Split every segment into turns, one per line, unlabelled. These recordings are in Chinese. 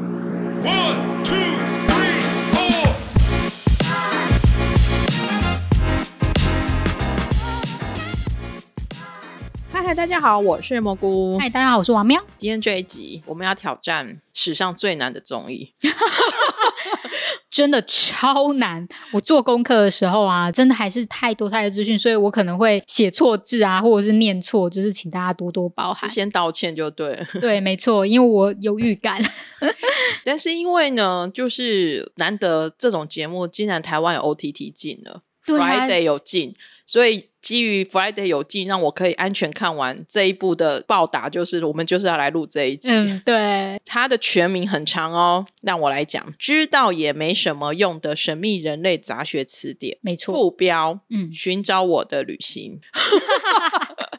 One, two, three, four.
嗨嗨，大家好，我是蘑菇。
嗨，大家好，我是王喵。
今天这一集我们要挑战史上最难的综艺，
真的超难，我做功课的时候啊，真的还是太多太多资讯，所以我可能会写错字啊，或者是念错，就是请大家多多包
就
涵。
先道歉就对了。
对，没错，因为我有预感，
但是因为呢，就是难得这种节目竟然台湾有 OTT 进了、f
对
r
啊
i d a y 有进，所以基于 Friday 有进，让我可以安全看完这一部的报答，就是我们就是要来录这一集。
嗯，对，
它的全名很长哦，让我来讲。知道也没什么用的神秘人类杂学词典，
没错，
副标
嗯，
寻找我的旅行。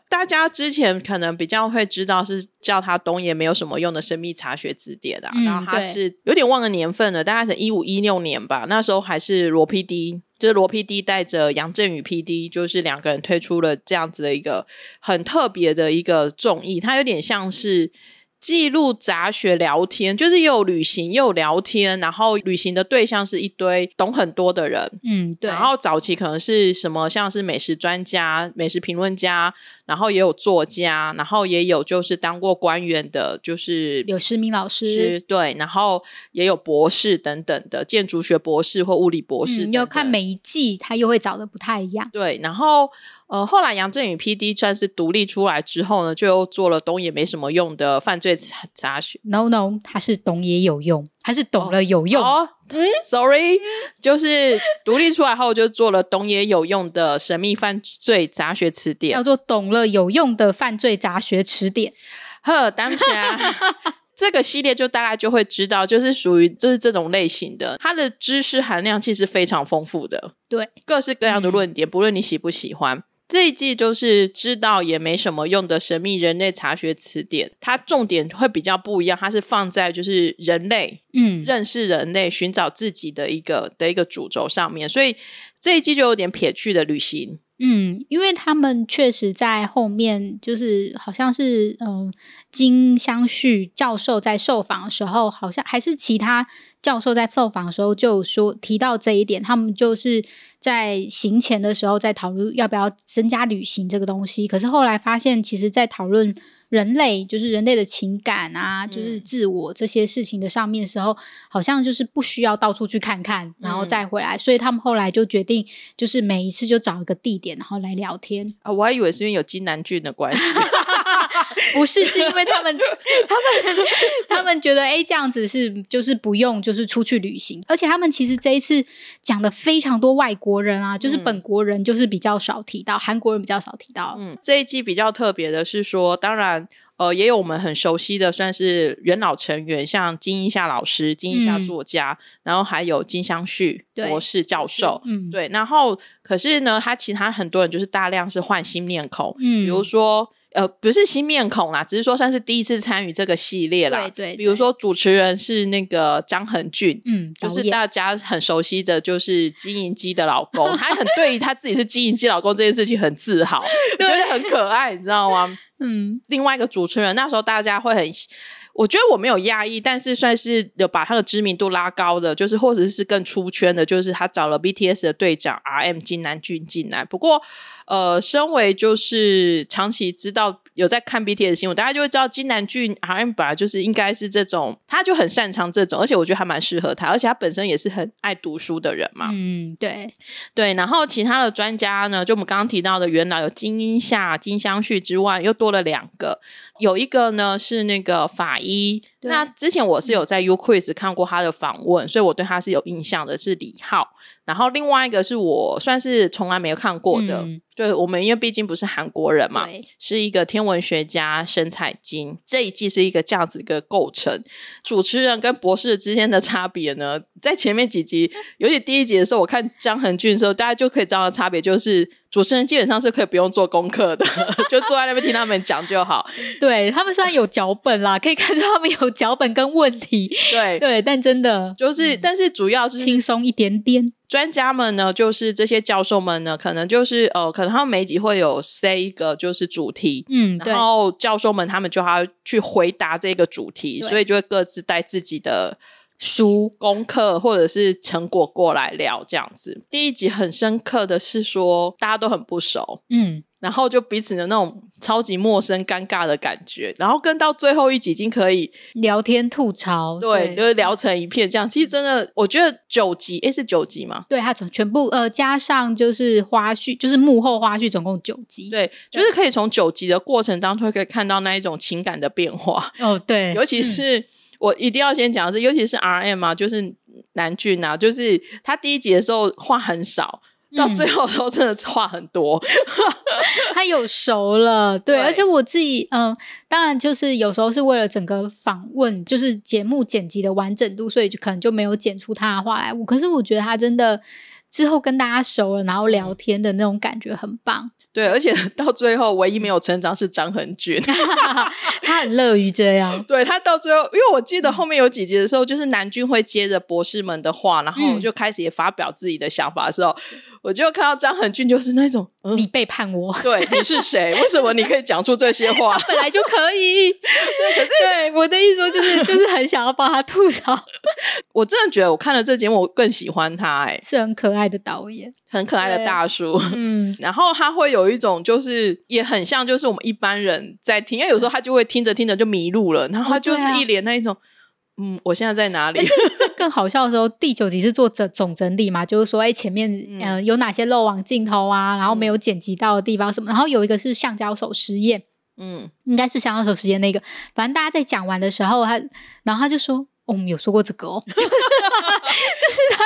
大家之前可能比较会知道是叫它东野没有什么用的神秘茶学字典的啊、
嗯
然后它
对
是有点忘了年份了，大概是一五一六年吧，那时候还是罗 PD，就是罗 PD 带着杨振宇 PD，就是两个人推出了这样子的一个很特别的一个综艺，它有点像是。记录杂学聊天，就是又有旅行又有聊天，然后旅行的对象是一堆懂很多的人，
嗯，对，
然后早期可能是什么，像是美食专家、美食评论家，然后也有作家，然后也有就是当过官员的，就是
柳诗敏老
师
师，
对，然后也有博士等等的，建筑学博士或物理博士等等
嗯，要看每一季，他又会找的不太一样，
对，然后呃，后来杨振宇 P.D. 算是独立出来之后呢，就又做了东野没什么用的犯罪查查询。
No No，他是懂也有用，他是懂了有用，
哦，嗯，sorry，就是独立出来后就做了东野有用的神秘犯罪杂学词典
叫，做懂了有用的犯罪杂学词典，
呵，当下 这个系列就大概就会知道，就是属于就是这种类型的，它的知识含量其实非常丰富的，
对，
各式各样的
嗯
论点，不论你喜不喜欢。这一季就是知道也没什么用的神秘人类查学词典，它重点会比较不一样，它是放在就是人类
嗯，
认识人类、寻找自己的一个的一个主轴上面，所以这一季就有点撇去的旅行，
嗯，因为他们确实在后面，就是好像是嗯，金相旭教授在受访的时候，好像还是其他教授在受访的时候就有说提到这一点，他们就是在行前的时候在讨论要不要增加旅行这个东西，可是后来发现，其实在讨论人类就是人类的情感啊，就是
嗯。
自我这些事情的上面的时候，好像就是不需要到处去看看，然后再回来，所以他们后来就决定，就是每一次就找一个地点，然后来聊天
啊，我还以为是因为有金南俊的关系，
不是，是因为他们他们他们觉得，哎、这样子是就是不用就是出去旅行，而且他们其实这一次讲的非常多外国人啊，就是
嗯
本国人就是比较少提到，韩国人比较少提到，
嗯，这一季比较特别的是说，当然，呃，也有我们很熟悉的，算是元老成员，像金一夏老师、金一夏
嗯
作家，然后还有金相旭
对
博士教授。
嗯，
对，然后可是呢，他其他很多人就是大量是换新面孔，
嗯，
比如说呃，不是新面孔啦，只是说算是第一次参与这个系列啦。
对对
比如
对
说主持人是那个张恒俊，
嗯，
就
导
是
演
大家很熟悉的，就是金银姬的老公，他很对于他自己是金银姬老公这件事情很自豪，我觉得很可爱，你知道吗？
嗯
另外一个主持人那时候大家会很，我觉得我没有压抑，但是算是有把他的知名度拉高的，就是或者是更出圈的，就是他找了 BTS 的队长 RM 金南俊进来。不过，呃，身为就是长期知道有在看 BTS 的新闻，大家就会知道金南俊 RM 本来就是应该是这种，他就很擅长这种，而且我觉得还蛮适合他，而且他本身也是很爱读书的人嘛。
嗯，对，
对，然后其他的专家呢，就我们刚刚提到的元老有金英夏、金相旭之外，又多了两个，有一个呢是那个法医，
对
那之前我是有在 U Quiz 看过他的访问，所以我对他是有印象的，是李浩。然后另外一个是我算是从来没有看过的，
嗯
对我们因为毕竟不是韩国人嘛，
对，
是一个天文学家沈彩金。这一季是一个这样子一个构成，主持人跟博士之间的差别呢，在前面几集，尤其第一集的时候，我看张恒俊的时候，大家就可以知道的差别就是。主持人基本上是可以不用做功课的， 就坐在那边听他们讲就好。
对他们虽然有脚本啦，可以看出他们有脚本跟问题，
对，
对，但真的
就是，但是主要就是
轻松一点点。
专家们呢，就是这些教授们呢，可能就是呃，可能他们每一集会有 say 一个就是主题，
嗯，对
然，后教授们他们就要去回答这个主题，
对
所以就会各自带自己的
书
功课或者是成果过来聊这样子。第一集很深刻的是说大家都很不熟，
嗯，
然后就彼此的那种超级陌生、尴尬的感觉，然后跟到最后一集已经可以
聊天吐槽，
对，
对，
就是聊成一片这样。其实真的，我觉得九集，诶，是九集吗？
对他从全部呃加上就是花絮，就是幕后花絮，总共九集。，
对，就是可以从九集的过程当中可以看到那一种情感的变化。
哦对，
尤其是、我一定要先讲的是，尤其是 R M 啊，就是南俊啊，就是他第一集的时候话很少。到
嗯
最后的时候，真的是话很多，
他有熟了，对，
对
而且我自己，嗯，当然就是有时候是为了整个访问，就是节目剪辑的完整度，所以就可能就没有剪出他的话来。我可是我觉得他真的之后跟大家熟了，然后聊天的那种感觉很棒，
对，而且 到最后唯一没有成长是张恒俊，
他很乐于这样。
对他到最后，因为我记得后面有几集的时候，就是南俊会接着博士们的话，然后
嗯
就开始也发表自己的想法的时候，我就看到张恒俊就是那种，嗯，
你背叛我，
对，你是谁？为什么你可以讲出这些话？
本来就可以。对，我的意思说 就是就是很想要帮他吐槽，
我真的觉得我看了这节目，我更喜欢他、哎，
是很可爱的导 演。
很可爱的
对
大叔。
嗯，
然后他会有一种，就是也很像，就是我们一般人在听，因为有时候他就会听着听着就迷路了，然后他就是
对啊
一脸那一种，嗯，我现在在哪里？
这更好笑的时候，第九集是做整总整理嘛，就是说，哎，前面
嗯
嗯、呃有哪些漏网镜头啊，然后没有剪辑到的地方什么，然后有一个是橡胶手实验，
嗯，
应该是橡胶手实验那个，反正大家在讲完的时候，他然后他就说，哦我们有说过这个哦，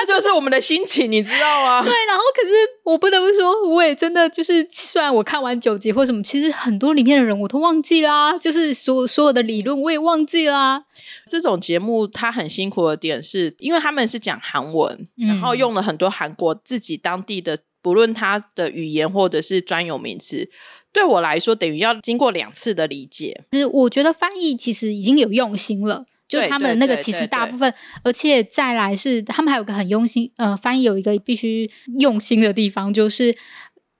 这就是我们的心情，你知道吗？
对，然后可是我不得不说，我也真的就是，虽然我看完九集或什么，其实很多里面的人我都忘记啦，就是所所有的理论我也忘记啦，
这种节目它很辛苦的点是，因为他们是讲韩文，
嗯
然后用了很多韩国自己当地的，不论它的语言或者是专有名词，对我来说等于要经过两次的理解。
就是我觉得翻译其实已经有用心了。就
对
他们
对
那个
对
其
对
实大
对
部分，而且再来是他们还有个很用心，呃，翻译有一个必须用心的地方，就是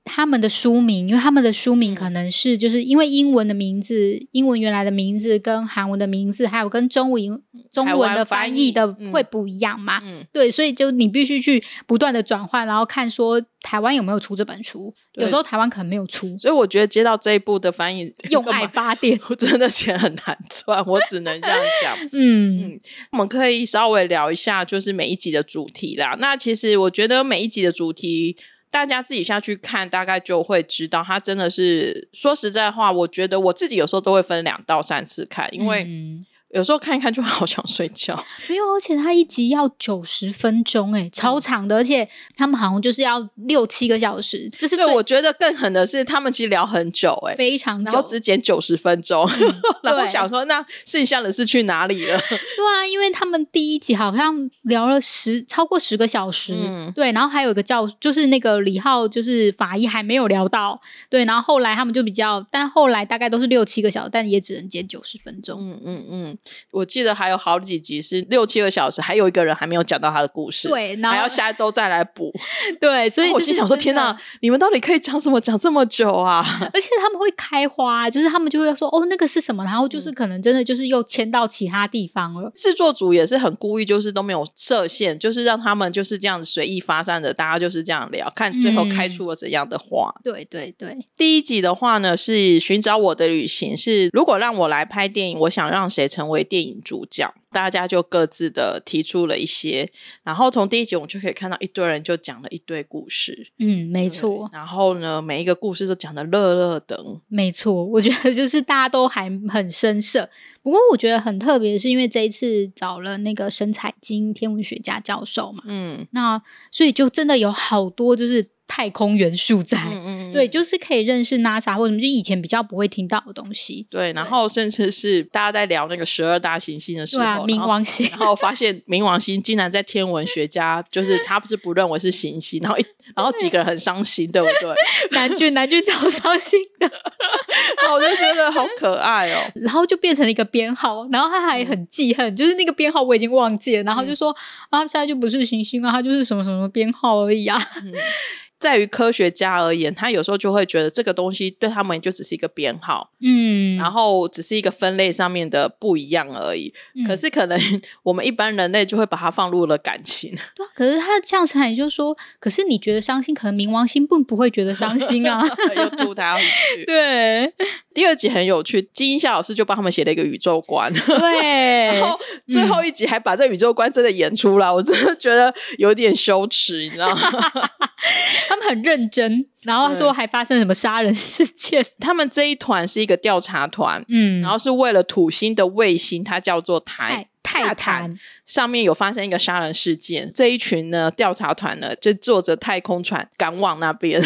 他们的书名，因为他们的书
嗯
名可能是就是因为英文的名字，英文原来的名字跟韩文的名字，还有跟中文中
台
文
湾
的
翻
翻
译
译的
嗯
会不一样嘛，
嗯，
对，所以就你必须去不断的转换，然后看说台湾有没有出这本书，有
对
时候台湾可能没有出，
所以我觉得接到这一步的翻译，
用爱发电，
我真的钱很难赚，我只能这样讲。
嗯
我们可以稍微聊一下，就是每一集的主题啦。那其实我觉得每一集的主题，大家自己下去看，大概就会知道，它真的是说实在话，我觉得我自己有时候都会分两到三次看，因为
嗯
有时候看一看就好想睡觉。
没有，而且它一集要九十分钟、欸，
嗯
超长的，而且他们好像就是要六七个小时，这是
对，
最
我觉得更狠的是，他们其实聊很久、欸，哎。
非常
然后
久，嗯
只剪九十分钟， 然后
对
想说那剩下的是去哪里了？
对啊，因为他们第一集好像聊了十超过十个小时，
嗯
对，然后还有一个教就是那个李浩就是法医还没有聊到，对，然后后来他们就比较，但后来大概都是六七个小时，但也只能剪九十分钟，
嗯嗯嗯，我记得还有好几集是六七个小时，还有一个人还没有讲到他的故事，
对，然
还要
后
下周再来补。
对，所以
哦我
就是
心想说：“
真
天
的
哪，你们到底可以讲什么讲这么久啊。
而且他们会开花，就是他们就会说哦，那个是什么，然后就是可能真的就是又迁到其他地方了？”
制作组也是很故意，就是都没有设限，就是让他们就是这样子随意发散的，大家就是这样聊，看最后
嗯
开出了怎样的花。
对对对，
第一集的话呢是寻找我的旅行，是如果让我来拍电影，我想让谁成成为电影主角，大家就各自的提出了一些。然后从第一集我们就可以看到一堆人就讲了一堆故事，
嗯，没错，
然后呢，每一个故事都讲的乐乐等，
没错，我觉得就是大家都还很生涩。不过我觉得很特别，是因为这一次找了那个沈彩金天文学家教授嘛，
嗯
那所以就真的有好多就是太空元素在，
嗯嗯，
对，就是可以认识 NASA 或者什么，就以前比较不会听到的东西。
对。然后甚至是大家在聊那个十二大行星的时
对
候，
啊，冥
哦然后
王星
然后发现冥王星竟然在天文学家，就是他不是不认为是行星，然后一然后几个人很伤心，对不对？
南俊，南俊找伤心的，
然后我就觉得好可爱哦。
然后就变成了一个编号，然后他还很记恨，就是那个编号我已经忘记了，然后
嗯
就说、啊，现在就不是行星啊，它就是什么什么编号而已啊。
在于科学家而言，他有时候就会觉得这个东西对他们就只是一个编号，
嗯，
然后只是一个分类上面的不一样而已。
嗯
可是可能我们一般人类就会把它放入了感情，
对啊，可是他这样子，也就说，可是你觉得伤心，可能冥王星并不会觉得伤心啊。
又吐他回去。
对
第二集很有趣，金英夏老师就帮他们写了一个宇宙观。
对
然，
哎
后最后
嗯
一集还把这宇宙观真的演出来，我真的觉得有点羞耻，你知道吗？
他们很认真，然后他说
对
还发生什么杀人事件，
他们这一团是一个调查团，
嗯，
然后是为了土星的卫星，它叫做
泰
台
泰
坦，
坦，
上面有发生一个杀人事件。这一群呢调查团呢，就坐着太空船赶往那边。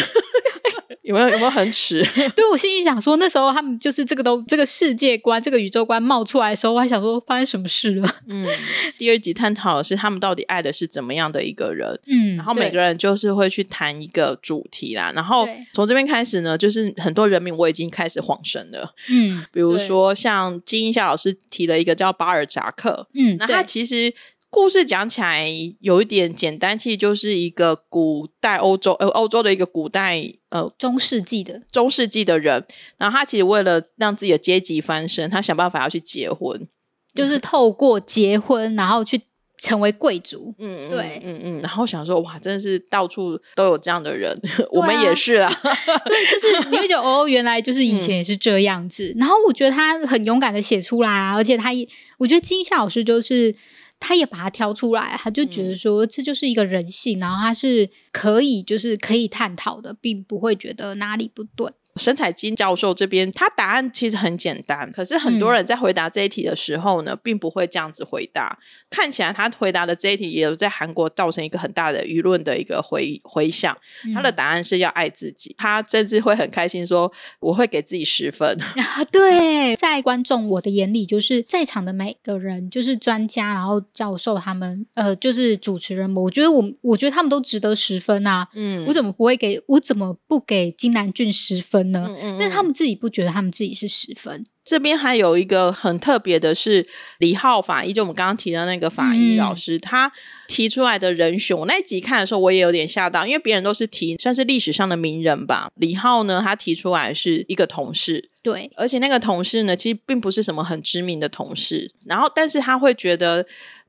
有没有有没有很耻？
对我心里想说，那时候他们就是这个都这个世界观、这个宇宙观冒出来的时候，我还想说发生什么事了，
嗯， 第二集探讨的是他们到底爱的是怎么样的一个人，
嗯，
然后每个
人
人就是会去谈一个主题啦。然后
对
从这边开始呢，就是很多人名我已经开始晃神了，
嗯，
比如
对
说像金英夏老师提了一个叫巴尔扎克，
嗯，
那他
对
其实。故事讲起来有一点简单，其实就是一个古代欧洲，呃，欧洲的一个古代呃
中世纪的，
中世纪的人，然后他其实为了让自己的阶级翻身，他想办法要去结婚，
就是透过结婚，然后去成为贵族，
嗯，嗯
对
嗯嗯，然后想说哇，真的是到处都有这样的人，我们也是啊，
对，就是你会觉得哦，原来就是
嗯
以前也是这样子。然后我觉得他很勇敢的写出来啊，而且他也，我觉得金夏老师就是他也把它挑出来，啊他就
嗯
觉得说这就是一个人性，然后他是可以就是可以探讨的，并不会觉得哪里不对。
沈彩金教授这边，他答案其实很简单，可是很多人在回答这一题的时候呢，并不会这样子回答。看起来他回答的这一题，也有在韩国造成一个很大的舆论的一个回回响。他
嗯
的答案是要爱自己，他甚至会很开心说：“我会给自己十分。
啊， 对，在观众我的眼里，就是在场的每个人，就是专家，然后教授他们，呃，就是主持人们，我觉得我我觉得他们都值得十分啊。”
嗯
我怎么不会给我怎么不给金南俊十分呢？
嗯嗯
但他们自己不觉得他们自己是十分，
这边还有一个很特别的是李浩法医，就我们刚刚提的那个法医老师，他提出来的人选，我那一集看的时候我也有点吓到，因为别人都是提算是历史上的名人吧，李浩呢他提出来是一个同事，
对，
而且那个同事呢其实并不是什么很知名的同事，然后但是他会觉得。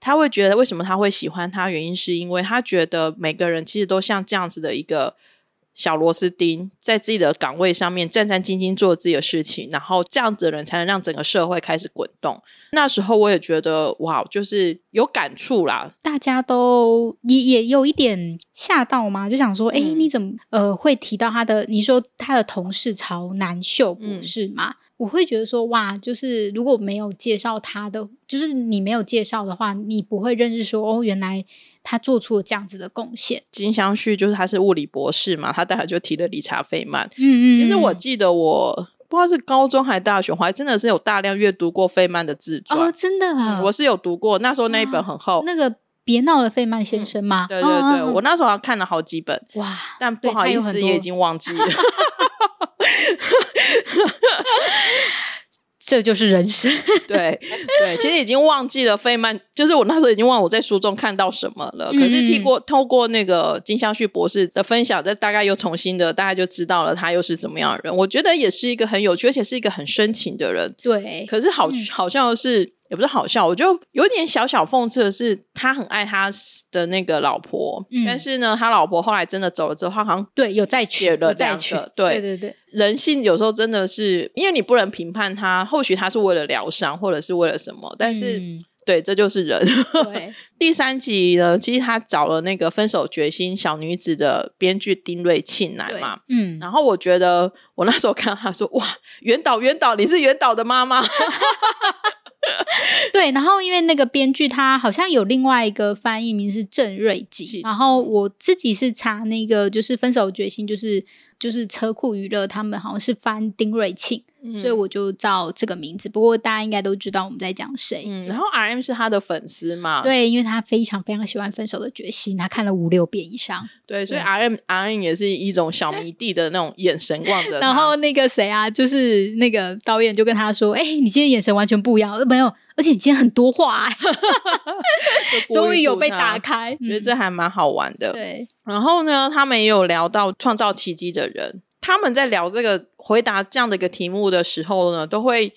他会觉得为什么他会喜欢他？原因是因为他觉得每个人其实都像这样子的一个小螺丝钉，在自己的岗位上面战战兢兢做自己的事情，然后这样子的人才能让整个社会开始滚动。那时候我也觉得哇，哦就是有感触啦。
大家都也也有一点吓到嘛，就想说，哎、
嗯
你怎么呃会提到他的？你说他的同事朝南秀不
嗯
是吗？我会觉得说，哇，就是如果没有介绍他的，就是你没有介绍的话，你不会认识说，哦，原来他做出了这样子的贡献。
金相旭就是他是物理博士嘛，他当然就提了理查费曼。
嗯嗯，
其实我
嗯
记得我不知道是高中还是大学，我还真的是有大量阅读过费曼的自传。
哦，真的啊，
我是有读过，那时候那一本很厚。
那个别闹了，费曼先生嘛，
对对对，
嗯嗯嗯
我那时候好像看了好几本，
哇，
但不
对
好
它
意
有很
思，
多
也已经忘记 了。
这就是人生。
对对，其实已经忘记了费曼，就是我那时候已经忘了我在书中看到什么了。可是
嗯
透过透过那个金相旭博士的分享，这大概又重新的，大家就知道了他又是怎么样的人。我觉得也是一个很有趣，而且是一个很深情的人。
对，
可是好、
哎嗯
好像是也不是好笑，我就有点小小讽刺的是，他很爱他的那个老婆，
嗯
但是呢，他老婆后来真的走了之后，他好像
对，有再娶，
解了
有再
两
娶
个，对
对对对，
人性有时候真的是，因为你不能评判他，或许他是为了疗伤，或者是为了什么，但是、
嗯
对，这就是人。
对，
第三集呢，其实他找了那个《分手决心小女子》的编剧丁瑞庆来
对
嘛。，
嗯，
然后我觉得，我那时候看到他说：“哇，袁导，袁导，你是袁导的妈妈。
对，然后因为那个编剧他好像有另外一个翻译名是郑瑞
是
吉，然后我自己是查那个就是《分手决心》，就是就是车库娱乐他们好像是翻丁瑞庆，
嗯
所以我就照这个名字。不过大家应该都知道我们在讲”谁，
嗯，然后 R M 是他的粉丝嘛？
对，因为他非常非常喜欢《分手的决心》，他看了五六遍以上。
对，所以
对
R M R M 也是一种小迷弟的那种眼神望着他。
然后那个谁啊，就是那个导演就跟他说：“哎、你今天眼神完全不一样，呃没有，而且你今天很多 话、哎
就 故意
终于有
吐
被
他
打，开。
觉得
嗯
这还蛮好玩的。
对，
然后呢，他们也有聊到创造奇迹的人，他们在聊这个回答这样的一个题目的时候呢，都会，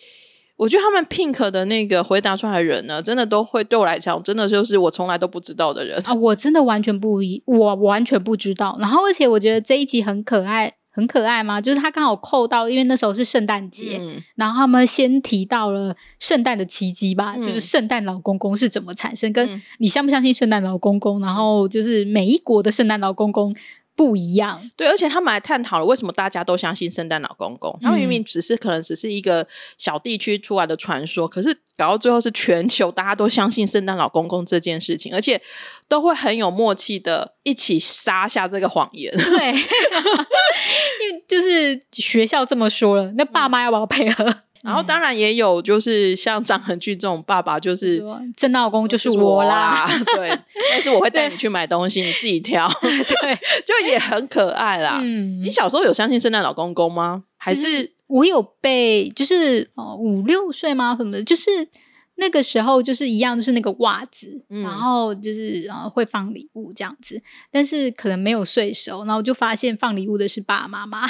我觉得他们 Pink 的那个回答出来的人呢，真的都会对我来讲，真的就是我从来都不知道的人。
啊，我真的完全不一，我完全不知道。然后，而且我觉得这一集很可爱，很可爱嘛，就是他刚好扣到，因为那时候是圣诞节，
嗯，
然后他们先提到了圣诞的奇迹吧，
嗯
就是圣诞老公公是怎么产生，跟
嗯
你相不相信圣诞老公公，然后就是每一国的圣诞老公公不一样，
对，而且他们还探讨了为什么大家都相信圣诞老公公，他们
嗯
明明只是可能只是一个小地区出来的传说，可是搞到最后是全球大家都相信圣诞老公公这件事情，而且都会很有默契的一起杀下这个谎言。
对，因为就是学校这么说了，那爸妈要不要配合？
然后当然也有，就是像张恒俊这种爸爸，就是
说圣诞老公就是我啦，，
对。但是我会带你去买东西，你自己挑，
对，
就也很可爱啦。
嗯
你小时候有相信圣诞老公公吗？还
其实
是
我有被，就是哦五六岁吗？什么的，就是那个时候就是一样，就是那个袜子，
嗯
然后就是呃会放礼物这样子，但是可能没有睡熟，然后我就发现放礼物的是爸爸妈妈，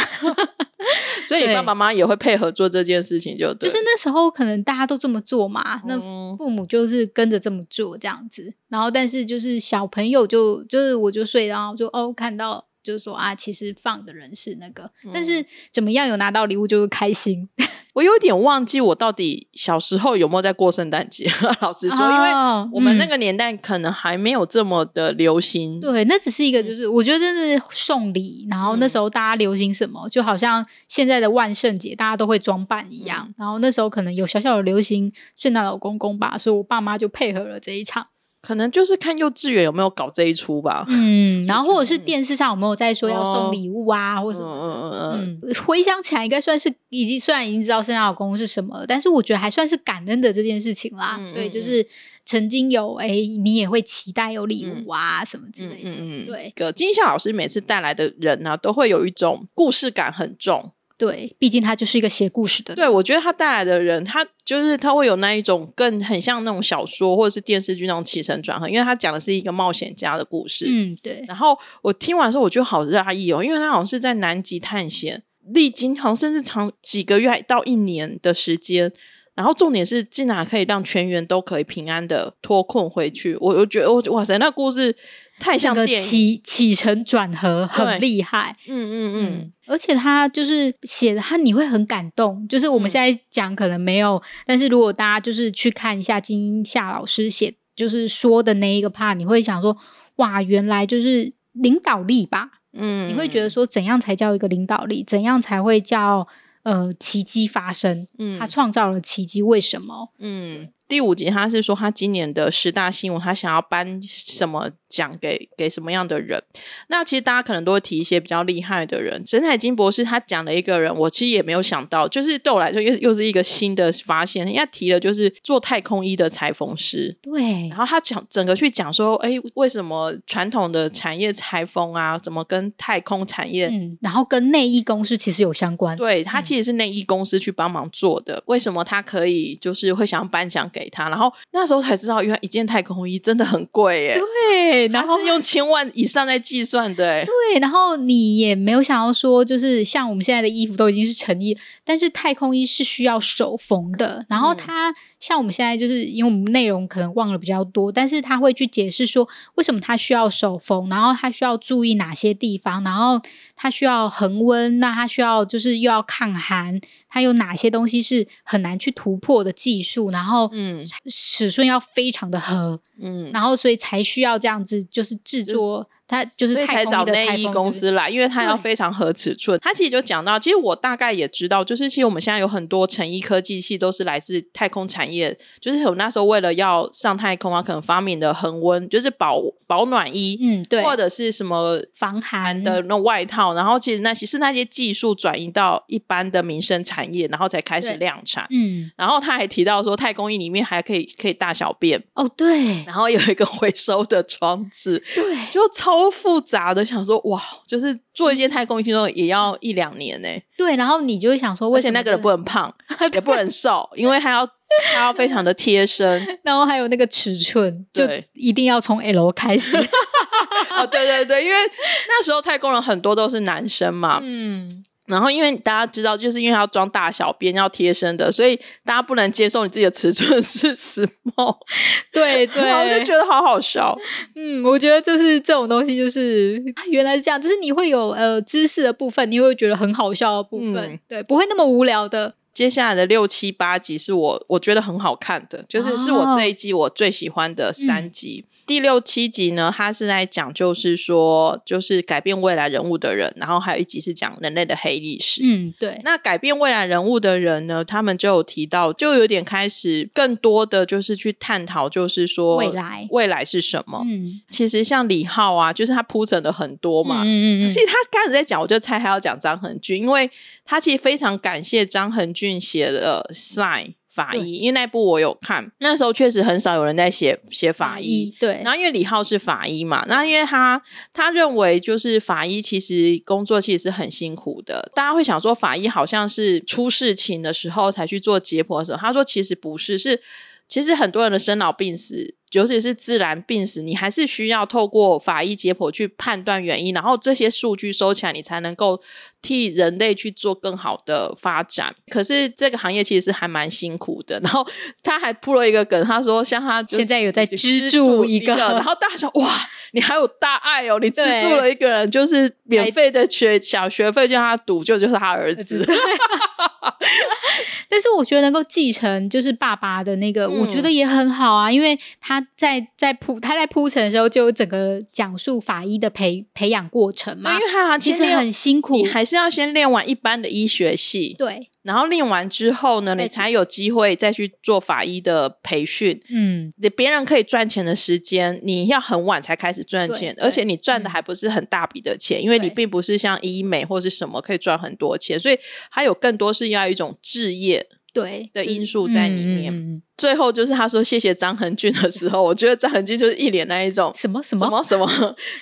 所以你
对
爸爸妈妈也会配合做这件事情就，
就是那时候可能大家都这么做嘛，那
嗯
父母就是跟着这么做这样子，然后但是就是小朋友就就是我就睡，然后就哦看到。就是说啊，其实放的人是那个，但是
嗯
怎么样有拿到礼物就会开心。
我有点忘记我到底小时候有没有在过圣诞节。 老实说，因为
哦
我们那
嗯
个年代可能还没有这么的流行。
对，那只
嗯
是一个，就是我觉得是送礼，然后那时候大家流行什么，就好像现在的万圣节大家都会装扮一样，
嗯
然后那时候可能有小小的流行圣诞老公公吧，所以我爸妈就配合了这一场，
可能就是看幼稚园有没有搞这一出 吧。
嗯，然后或者是
嗯
电视上有没有在说要
哦
送礼物啊，或
嗯
者什么。
嗯嗯嗯，
嗯，回想起来应该算是已经虽然已经知道圣诞老公公是什么了，但是我觉得还算是感恩的这件事情啦。
嗯
对，
嗯
就
嗯
是曾经有哎、你也会期待有礼物啊、什么之类的。
嗯嗯，
对
个金夏老师每次带来的人呢、都会有一种故事感很重。
对，毕竟他就是一个写故事的人。
对我觉得他带来的人，他就是他会有那一种更很像那种小说或者是电视剧那种起承转合，因为他讲的是一个冒险家的故事。
嗯，对，
然后我听完之后，我觉得好压抑哦，因为他好像是在南极探险，历经好像甚至长几个月到一年的时间。然后重点是，竟然可以让全员都可以平安的脱困回去。我我觉得，我哇塞，那故事太
这
像
个
电影，
起起承转合
对
很厉害，
嗯嗯。嗯，
而且他就是写的他你会很感动，就是我们
嗯
现在讲可能没有，但是如果大家就是去看一下金夏老师写就是说的那一个 part，你会想说哇，原来就是领导力吧，
嗯，
你会觉得说怎样才叫一个领导力，怎样才会叫呃奇迹发生，
嗯
他创造了奇迹，为什么？
嗯，第五集他是说他今年的十大新闻，他想要颁什么奖给给什么样的人？那其实大家可能都会提一些比较厉害的人。沈海金博士他讲了一个人，我其实也没有想到，就是对我来说又又是一个新的发现。人家提的就是做太空衣的裁缝师。
对
然，后他讲整个去讲说，哎，为什么传统的产业裁缝啊，怎么跟太空产业
嗯，然后跟内衣公司其实有相关，
对他其实是内衣公司去帮忙做的，为什么他可以就是会想要颁奖给他，然后那时候才知道，原来一件太空衣真的很贵耶，
对，然后
它是用千万以上在计算的耶，
对，然后你也没有想要说，就是像我们现在的衣服都已经是成衣，但是太空衣是需要手缝的。然后
嗯
它、像我们现在就是因为我们内容可能忘了比较多，但是他会去解释说为什么它需要手缝，然后它需要注意哪些地方，然后它需要恒温，那它需要就是又要抗寒，它有哪些东西是很难去突破的技术，然后
嗯
尺寸要非常的合，
嗯，
然后所以才需要这样子，就是制作它就是
所以才
太空衣
找
的裁
内衣
缝
公
制
司来，因为它要
对
非常合尺寸。它其实就讲到，其实我大概也知道，就是其实我们现在有很多成衣科技系都是来自太空产业，就是我那时候为了要上太空啊，可能发明的恒温就是保保暖衣，
嗯，对，
或者是什么
防寒
的那种外套，然后其实那些是那些技术转移到一般的民生产业，然后才开始
对
量产。
嗯，
然后他还提到说，太空衣里面还可以可以大小便，
哦，对
然后有一个回收的装置，
对，
就超复杂的，想说哇，就是做一件太空衣，听说也要一两年呢、
对，然后你就会想嗯说，为
而且
什么
那个人
就
不，能胖， 也不能瘦，因为他要他要非常的贴身。
然后还有那个尺寸，就
对
一定要从 L 开 始，
哦，对对对，因为那时候太空人很多都是男生嘛，
嗯，
然后因为大家知道，就是因为要装大小便要贴身的，所以大家不能接受你自己的尺寸是 small，
对对，
然后就觉得好好笑。
嗯，我觉得就是这种东西，就是啊原来是这样，就是你会有呃知识的部分，你会觉得很好笑的部分，
嗯
对，不会那么无聊的，
接下来的六七八集是我我觉得很好看的，就是是
哦
我这一季我最喜欢的
嗯
三集。第六七集呢，它是在讲就是说，就是改变未来人物的人，然后还有一集是讲人类的黑历史。
嗯，对，
那改变未来人物的人呢，他们就有提到，就有点开始更多的就是去探讨，就是说
未来
未来是什么。
嗯，
其实像李浩啊，就是他铺陈的很多嘛，
嗯嗯嗯
其，实他刚开始在讲，我就猜他要讲张恒俊，因为他其实非常感谢张恒俊写了《Sign》法
对
医，因为那部我有看，那时候确实很少有人在写写法医。，
对，
然后因为李浩是法医嘛，那因为他他认为就是法医其实工作其实是很辛苦的，大家会想说法医好像是出事情的时候才去做解剖的时候，他说其实不是，是其实很多人的生老病死，尤其是自然病死，你还是需要透过法医解剖去判断原因，然后这些数据收起来，你才能够替人类去做更好的发展。可是这个行业其实还蛮辛苦的。然后他还铺了一个梗，他说像他就是
现在有在资
资
助
助
一个
然后大家想哇，你还有大爱哦，你资
对
助了一个人，就是免费的学小学费就让他读，就就是他儿子。
但是我觉得能够继承就是爸爸的那个，我觉
嗯
得也很好啊，因为他在在铺他在铺陈的时候，就有整个讲述法医的培培养过程嘛
因，为他
其实
先练
很辛苦
你，还是要先练完一般的医学系，
对，
然后练完之后呢，
再
你
去
才有机会再去做法医的培训。
嗯，
你别人可以赚钱的时间，你要很晚才开始赚
对
钱，
对
而且你赚的还不是很大笔的钱，因为你
对
并不是像医美或是什么可以赚很多钱，所以它有更多是要一种置业。
对
的
就是
因素在里面
嗯嗯嗯嗯
最后就是他说谢谢张恒俊的时候，我觉得张恒俊就是一脸那一种
什么
什
什么，
么什么，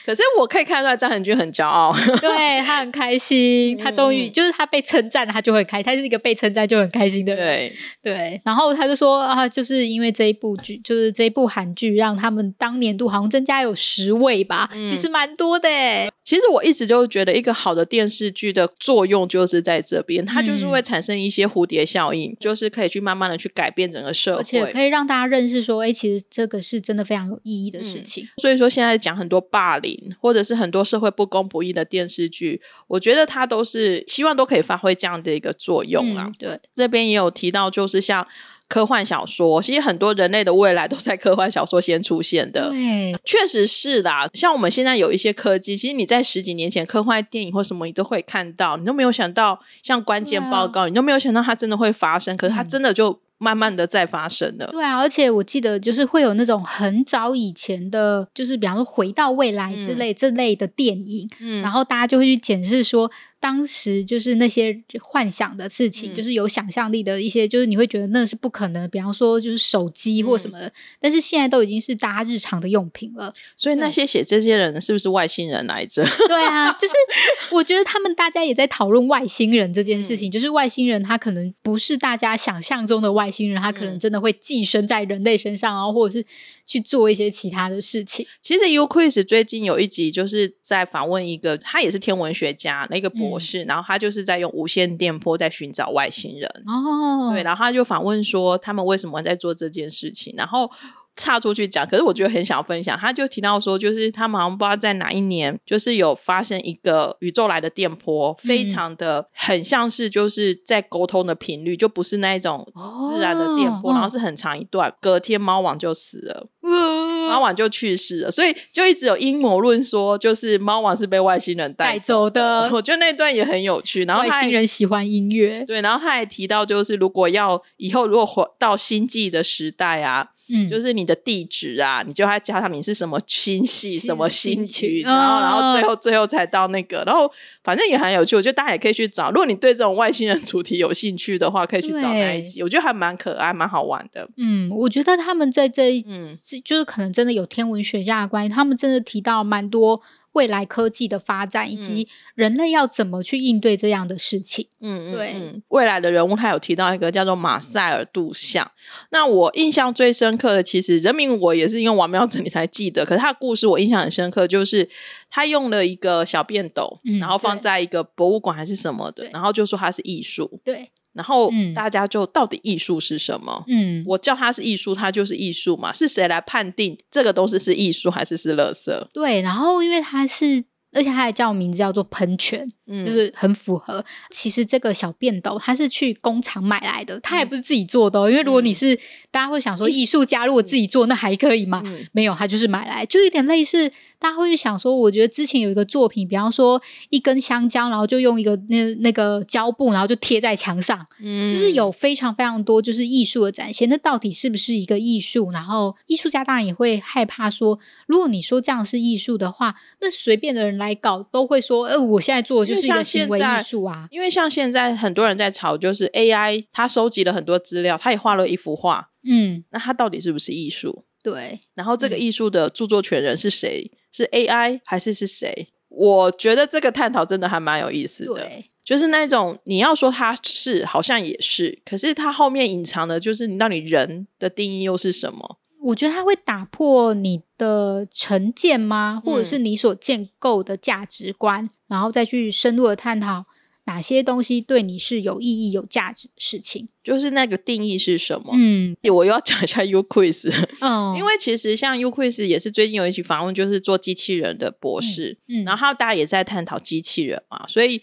可是我可以看出来张恒俊很骄 傲。
对他很开 心，他终于、
嗯
就是他被称赞了，他就会很开心，他是一个被称赞就很开心的人。
对，
对，然后他就说啊，就是因为这一部剧，就是这一部韩剧，让他们当年度好像增加有十位吧，其实蛮多的欸。
其实我一直就觉得，一个好的电视剧的作用就是在这边，它
嗯
就是会产生一些蝴蝶效应，就是可以去慢慢的去改变整个社
而且
会。
可以让大家认识说，哎、其实这个是真的非常有意义的事情。
所以说，现在讲很多霸凌，或者是很多社会不公不义的电视剧，我觉得它都是希望都可以发挥这样的一个作用啦。
嗯，对，
这边也有提到，就是像科幻小说，其实很多人类的未来都在科幻小说先出现的。
对，
确实是啦，像我们现在有一些科技，其实你在十几年前科幻电影或什么，你都会看到，你都没有想到，像关键
啊
报告，你都没有想到它真的会发生，可是它真的就慢慢的在发生了。
嗯对啊，而且我记得就是会有那种很早以前的，就是比方说《回到未来》之类、这类的电影，
嗯
然后大家就会去检视说，当时就是那些幻想的事情，
嗯
就是有想象力的一些，就是你会觉得那是不可能的，比方说就是手机或
嗯
什么的，但是现在都已经是大家日常的用品了。
所以那些写这些人是不是外星人来着？
对啊，就是我觉得他们大家也在讨论外星人这件事
嗯
情，就是外星人他可能不是大家想象中的外星人，他可
嗯
能真的会寄生在人类身上，然后或者是去做一些其他的事情。
其实 U Quiz 最近有一集就是在访问一个，他也是天文学家，那个
嗯
博士，然后他就是在用无线电波在寻找外星人。
哦，
对，然后他就访问说他们为什么在做这件事情，然后岔出去讲，可是我觉得很想分享，他就提到说，就是他们好像不知道在哪一年，就是有发生一个宇宙来的电波，
嗯
非常的很像是就是在沟通的频率，就不是那一种自然的电波，
哦
然后是很长一段，隔天猫王就死了，
嗯
猫王就去世了，所以就一直有阴谋论说，就是猫王是被外星人带
带。走的
我觉得那段也很有趣，然后
外
他还
星人喜欢音乐，
对，然后他还提到，就是如果要以后如果活到星际的时代啊，
嗯，
就是你的地址啊，你就要加上你是什么星系、
是
什么星
星
区，
区
然后然后
哦
最后最后才到那个，然后反正也很有趣，我觉得大家也可以去找。如果你对这种外星人主题有兴趣的话，可以去找那一
对
集，我觉得还蛮可爱、蛮好玩的。
嗯，我觉得他们在这一，
嗯
这就是可能真的有天文学家的关系，他们真的提到蛮多未来科技的发展，以及
嗯
人类要怎么去应对这样的事情。
嗯，嗯
对
嗯未来的人物他有提到一个叫做马塞尔杜像。那我印象最深刻的，其实人民我也是因为王妙整理才记得，可是他的故事我印象很深刻，就是他用了一个小便斗，
嗯
然后放
对
在一个博物馆还是什么的，
对
然后就说它是艺术，
对，
然后
嗯
大家就到底艺术是什么？
嗯，
我叫它是艺术，它就是艺术嘛？是谁来判定这个东西是艺术还是是垃圾？
对。然后因为它是，而且它还叫名字叫做喷泉，
嗯，
就是很符合。其实这个小便斗它是去工厂买来的，
嗯
它也不是自己做的、哦。因为如果你是、大家会想说艺术家如果自己做，那还可以嘛？
嗯
没有，它就是买来，就有点类似大家会去想说，我觉得之前有一个作品，比方说一根香蕉，然后就用一个那那个胶布，然后就贴在墙上，
嗯
就是有非常非常多就是艺术的展现。那到底是不是一个艺术？然后艺术家当然也会害怕说，如果你说这样是艺术的话，那随便的人来搞都会说，呃，我现在做的就是一
因为
个
像现
行为
在
艺术啊。
因为像现在很多人在吵，就是 AI 它收集了很多资料，它也画了一幅画，
嗯，
那它到底是不是艺术？
对，
然后这
嗯
个艺术的著作权人是谁？是 AI 还是是谁？我觉得这个探讨真的还蛮有意思的，
对，
就是那种你要说它是，好像也是，可是它后面隐藏的就是你到底人的定义又是什么？
我觉得它会打破你的成见吗？或者是
嗯
你所建构的价值观，然后再去深入的探讨哪些东西对你是有意义、有价值的事情。
就是那个定义是什么？
嗯
我又要讲一下 U Quiz，
嗯，
因为其实像 U Quiz 也是最近有一起访问，就是做机器人的博士，
嗯
然后大家也在探讨机器人嘛，所以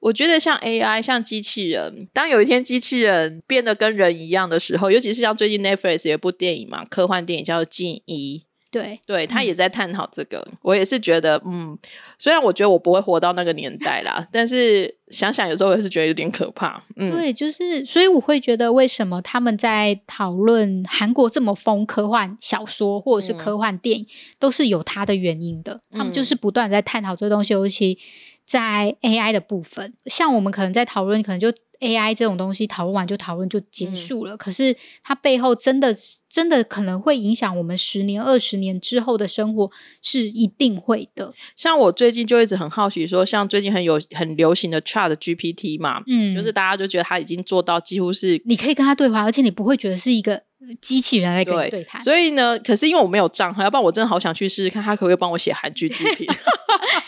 我觉得像 AI、像机器人，当有一天机器人变得跟人一样的时候，尤其是像最近 Netflix 有一部电影嘛，科幻电影叫做《静一》，
对
对他也在探讨这个。我也是觉得，嗯，虽然我觉得我不会活到那个年代啦，但是想想有时候也是觉得有点可怕。嗯，
对，就是所以我会觉得为什么他们在讨论韩国这么疯科幻小说或
嗯
者是科幻电影，都是有它的原因的。他们就是不断地在探讨这东西，尤其在 AI 的部分，像我们可能在讨论，可能就 AI 这种东西讨论完就讨论就
嗯
结束了。可是它背后真的真的可能会影响我们十年、二十年之后的生活，是一定会的。
像我最近就一直很好奇说像最近很有很流行的 Chat GPT 嘛，
嗯，
就是大家就觉得他已经做到几乎是
你可以跟他对话，而且你不会觉得是一个呃机器人来跟你对谈。
所以呢，可是因为我没有账号，要不然我真的好想去试试看，他可不可以帮我写韩剧剧评？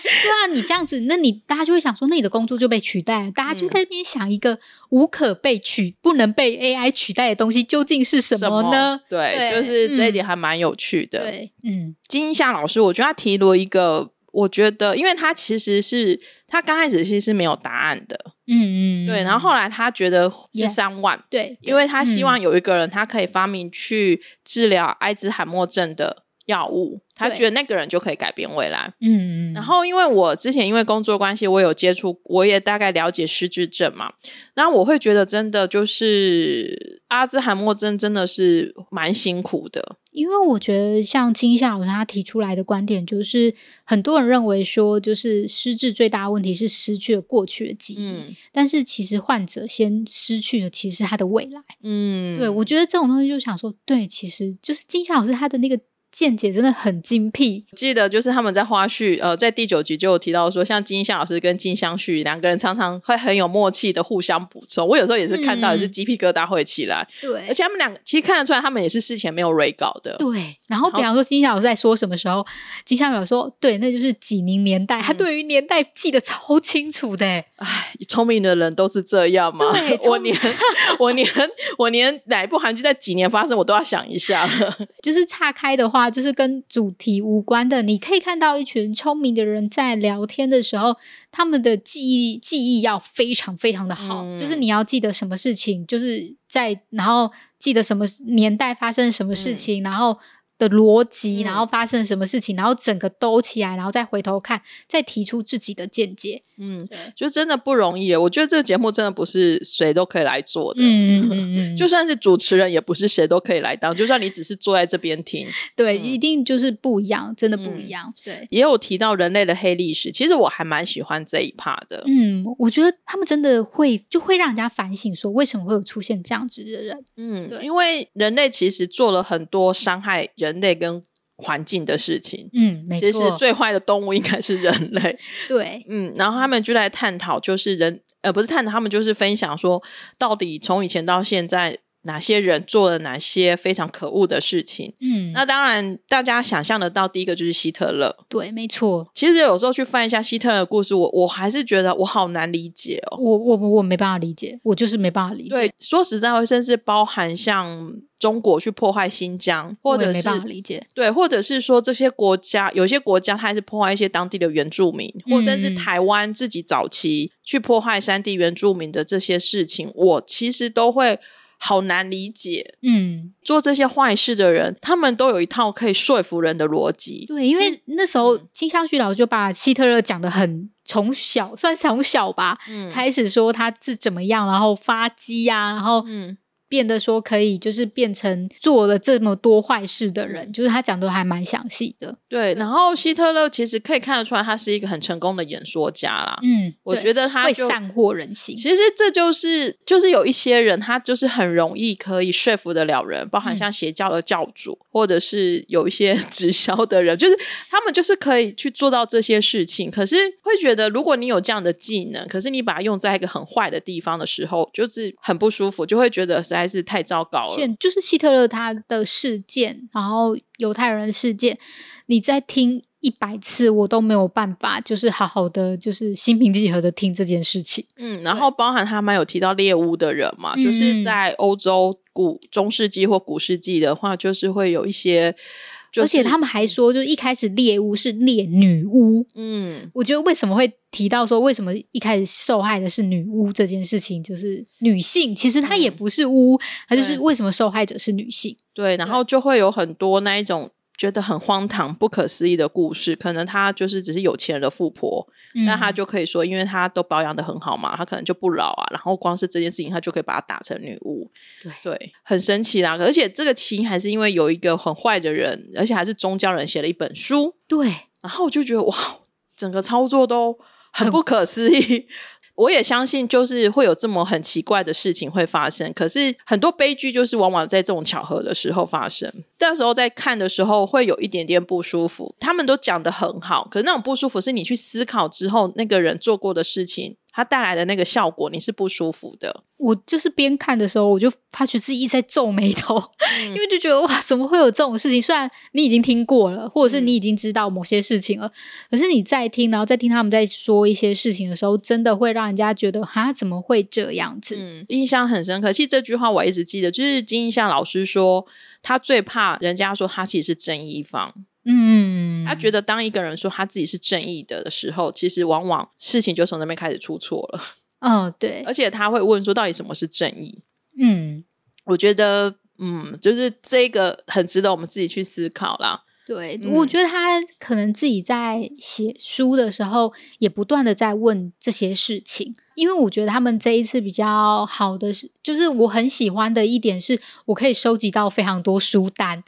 对啊，你这样子，那你大家就会想说，那你的工作就被取代了。
嗯
大家就在那边想一个无可被取、不能被 AI 取代的东西究竟是 什
什么
呢？？
对，
对
就是这一点
嗯
还蛮有趣的。
对，嗯
金夏老师，我觉得他提了一个，我觉得，因为他其实是他刚开始其实是没有答案的，
嗯嗯，
对，然后后来他觉得是
Yeah
三万。
对，
因为他希望有一个人，他可以发明去治疗艾滋海默症的药物，他
对
觉得那个人就可以改变未来。
嗯，
然后，因为我之前因为工作关系，我有接触，我也大概了解失智症嘛。然后我会觉得，真的就是阿兹海默症真的是蛮辛苦的。
因为我觉得像金夏老师他提出来的观点，就是很多人认为说，就是失智最大的问题是失去了过去的记忆，
嗯
但是其实患者先失去了其实是他的未来。
嗯，
对我觉得这种东西就想说，对，其实就是金夏老师他的那个见解真的很精辟，
记得就是他们在花絮，呃，在第九集就有提到说，像金夏老师跟金香旭两个人常常会很有默契的互相补充。我有时候也是看到，也是
嗯
鸡皮疙瘩会起来。
对
而且他们两个其实看得出来，他们也是事前没有 re 稿的。
对，然后
好
比方说金夏老师在说什么时候，金夏老师说对，那就是几零年
嗯
代，他对于年代记得超清楚的欸，
唉，聪明的人都是这样嘛
对。
我
聪明
连我连我连哪一部韩剧在几年发生，我都要想一下了。
就是岔开的话，就是跟主题无关的，你可以看到一群聪明的人在聊天的时候，他们的记忆记忆要非常非常的好，
嗯
就是你要记得什么事情，就是在然后记得什么年代发生什么事情，然后。的逻辑，
嗯
然后发生什么事情，然后整个兜起来，然后再回头看，再提出自己的见解。
嗯
对，
就真的不容易耶。我觉得这个节目真的不是谁都可以来做的。
嗯嗯嗯 嗯，
就算是主持人，也不是谁都可以来当。就算你只是坐在这边听，
对，
嗯
一定就是不一样，真的不一
嗯
样。对，
也有提到人类的黑历史。其实我还蛮喜欢这一 part 的。
嗯，我觉得他们真的会就会让人家反省，说为什么会有出现这样子的人？
嗯
对，
因为人类其实做了很多伤害人类跟环境的事情。
嗯，没
其实
错，
最坏的动物应该是人类。
对，
嗯，然后他们就来探讨，就是人呃不是探讨，他们就是分享说，到底从以前到现在，哪些人做了哪些非常可恶的事情。
嗯，
那当然，大家想象得到，第一个就是希特勒。
对，没错，
其实有时候去翻一下希特勒的故事，我我还是觉得我好难理解哦。
我我我没办法理解，我就是没办法理解，
对，说实在话，甚至包含像中国去破坏新疆，或
我也
者
没
是
办法理解，
对，或者是说这些国家，有些国家它还是破坏一些当地的原住民，或甚至
嗯
台湾自己早期去破坏山地原住民的这些事情，我其实都会好难理解。
嗯，
做这些坏事的人，他们都有一套可以说服人的逻辑。
对，因
其
为那时候
嗯
金香旭老师就把希特勒讲的很从小，算从小吧，
嗯
开始说他是怎么样，然后发迹呀、然后
嗯
变得说可以，就是变成做了这么多坏事的人，就是他讲的还蛮详细的。
对，然后希特勒其实可以看得出来，他是一个很成功的演说家啦。
嗯，
我
对
觉得他
会
就
散祸人心。
其实这就是就是有一些人，他就是很容易可以说服得了人，包含
嗯
像邪教的教主，或者是有一些直销的人， 就是他们就是可以去做到这些事情。可是会觉得，如果你有这样的技能，可是你把它用在一个很坏的地方的时候，就是很不舒服，就会觉得实在是太糟糕了。
现就是希特勒他的事件，然后犹太人的事件，你再听一百次，我都没有办法，就是好好的，就是心平气和的听这件事情。
嗯，然后包含他们有提到猎巫的人嘛，就是
嗯
在欧洲古中世纪或古世纪的话，就是会有一些，就是、
而且他们还说，就是一开始猎巫是猎女巫，
嗯。
我觉得为什么会提到说为什么一开始受害的是女巫这件事情，就是女性，其实她也
嗯
不是巫，她就是
对
为什么受害者是女性？
对，然后就会有很多那一种觉得很荒唐、不可思议的故事。可能她就是只是有钱人的富婆，那
嗯
她就可以说，因为她都保养的很好嘛，她可能就不老啊。然后光是这件事情，她就可以把她打成女巫。
对
很神奇啦。而且这个起因还是因为有一个很坏的人，而且还是宗教人写了一本书，
对，
然后我就觉得哇，整个操作都很不可思议。 我也相信，就是会有这么很奇怪的事情会发生。可是很多悲剧就是往往在这种巧合的时候发生。那时候在看的时候会有一点点不舒服。他们都讲得很好，可是那种不舒服是你去思考之后，那个人做过的事情，他带来的那个效果，你是不舒服的。
我就是边看的时候，我就发觉自己一直在皱眉头，
嗯
因为就觉得哇，怎么会有这种事情？虽然你已经听过了，或者是
嗯
你已经知道某些事情了，可是你在听，然后再听他们在说一些事情的时候，真的会让人家觉得哈，怎么会这样子？
嗯，印象很深刻。其实这句话我一直记得，就是金一夏老师说，他最怕人家说他其实是正义方。
嗯，
他觉得当一个人说他自己是正义的的时候，其实往往事情就从那边开始出错了。
嗯，对，
而且他会问说，到底什么是正义？
嗯，
我觉得，嗯，就是这个很值得我们自己去思考啦。
对，
嗯
我觉得他可能自己在写书的时候，也不断的在问这些事情，因为我觉得他们这一次比较好的是，就是我很喜欢的一点是，我可以收集到非常多书 单，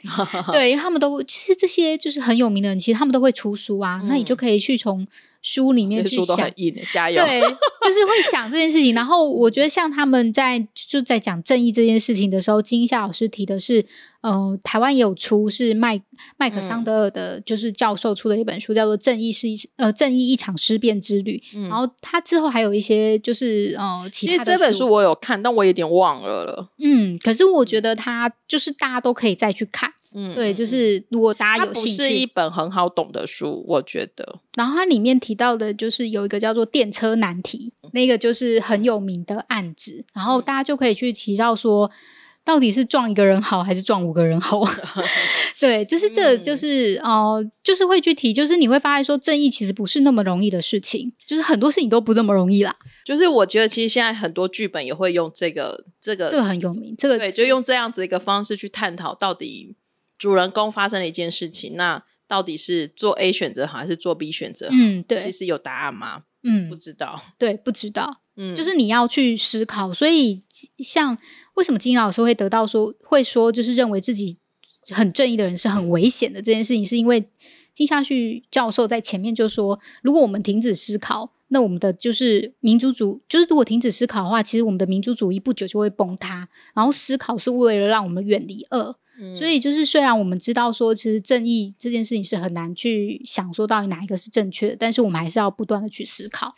对，因为他们都其实这些就是很有名的人，其实他们都会出书啊，那你就可以去从书里面
嗯这
去
些书都
想
很硬，加油！
对，就是会想这件事情。然后我觉得像他们在就在讲正义这件事情的时候，金夏老师提的是，呃，台湾也有出是麦麦
嗯
克桑德尔的，就是教授出的一本书，叫做《正义是一呃正义一场尸变之旅》。
嗯
然后他之后还有一些就是呃其
其
他
实
的
这本书我有看，但我有点忘了了。
嗯，可是我觉得他就是大家都可以再去看。
嗯，
对，就是如果大家
它
有
不
兴趣，
是一本很好懂的书，我觉得。
然后它里面提到的就是有一个叫做电车难题，那个就是很有名的案子，然后
嗯
大家就可以去提到说，到底是撞一个人好还是撞五个 人好？对，就是这
嗯
就是哦、呃就是会去提，就是你会发现说，正义其实不是那么容易的事情，就是很多事情都不那么容易啦。
就是我觉得，其实现在很多剧本也会用这个、这个、
这个很有名，这个
呃对，就用这样子一个方式去探讨，到底主人公发生了一件事情，那到底是做 A 选择好还是做 B 选择好？
嗯
其
对
实有答案吗？不
嗯
知道。
对，不知道。
嗯，
就是你要去思考。所以像为什么金老师会得到说会说，就是认为自己很正义的人是很危险的这件事情，是因为金夏旭教授在前面就说，如果我们停止思考。那我们的就是民主主，就是如果停止思考的话，其实我们的民主主义不久就会崩塌。然后思考是为了让我们远离恶，
嗯
所以就是，虽然我们知道说，其实正义这件事情是很难去想说到底哪一个是正确的，但是我们还是要不断的去思考。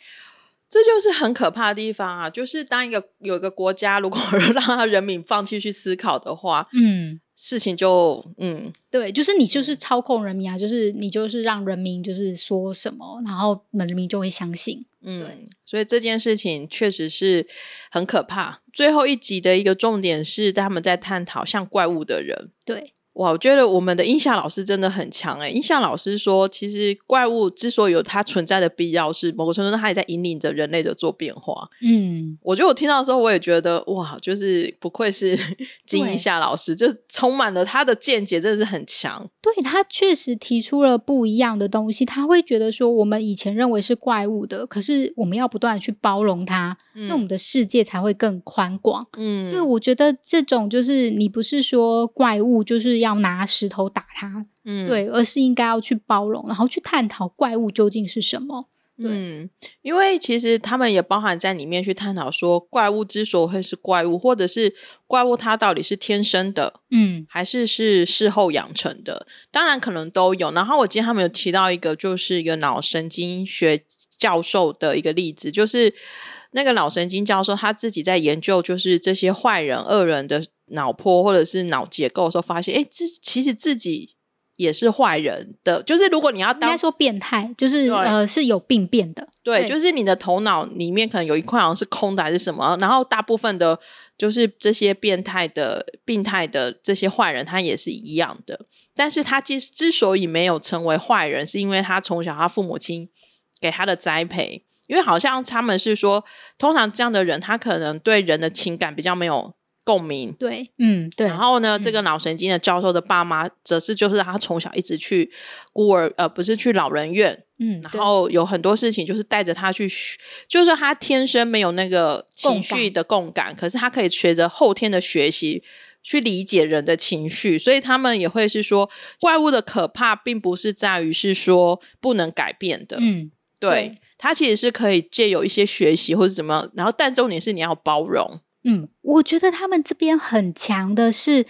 这就是很可怕的地方啊！就是当一个有一个国家，如果 让他人民放弃去思考的话，
嗯，
事情就嗯，
对，就是你就是操控人民啊，就是你就是让人民就是说什么，然后人民就会相信。对
嗯，所以这件事情确实是很可怕。最后一集的一个重点是，他们在探讨像怪物的人。
对，
哇，我觉得我们的音夏老师真的很强欸诶、音夏老师说，其实怪物之所以有它存在的必要，是某个程度上它也在引领着人类的做变化。
嗯，
我觉得我听到的时候，我也觉得哇，就是不愧 是金
对
一夏老师，就充满了他的见解，真的是很强。
对他确实提出了不一样的东西，他会觉得说我们以前认为是怪物的，可是我们要不断的去包容它，那我们的世界才会更宽广。
嗯
对，我觉得这种就是你不是说怪物就是要拿石头打它，
嗯
对，而是应该要去包容，然后去探讨怪物究竟是什么。对
嗯，因为其实他们也包含在里面去探讨说，怪物之所以会是怪物，或者是怪物它到底是天生的，
嗯
还是是事后养成的，当然可能都有。然后我记得他们有提到一个，就是一个脑神经学教授的一个例子，就是那个脑神经教授他自己在研究，就是这些坏人、恶人的脑波或者是脑结构的时候，发现，哎，自其实自己也是坏人的，就是如果你要
应
当
该说变态，就是
对
呃是有病变的。
对，
对
就是你的头脑里面可能有一块好像是空的还是什么，然后大部分的，就是这些变态的、病态的这些坏人，他也是一样的。但是他之之所以没有成为坏人，是因为他从小他父母亲给他的栽培，因为好像他们是说，通常这样的人，他可能对人的情感比较没有共鸣，
对，嗯，对，
然后呢，这个脑神经的教授的爸妈，则是就是他从小一直去孤儿，呃，不是去老人院，
嗯，
然
对
后有很多事情就是带着他去学，就是说他天生没有那个情
共感
绪的共感，可是他可以随着后天的学习去理解人的情绪，所以他们也会是说，怪物的可怕并不是在于是说不能改变的，
嗯，
对
对，
他其实是可以借由一些学习或者怎么样，然后但重点是你要包容，
嗯，我觉得他们这边很强的是，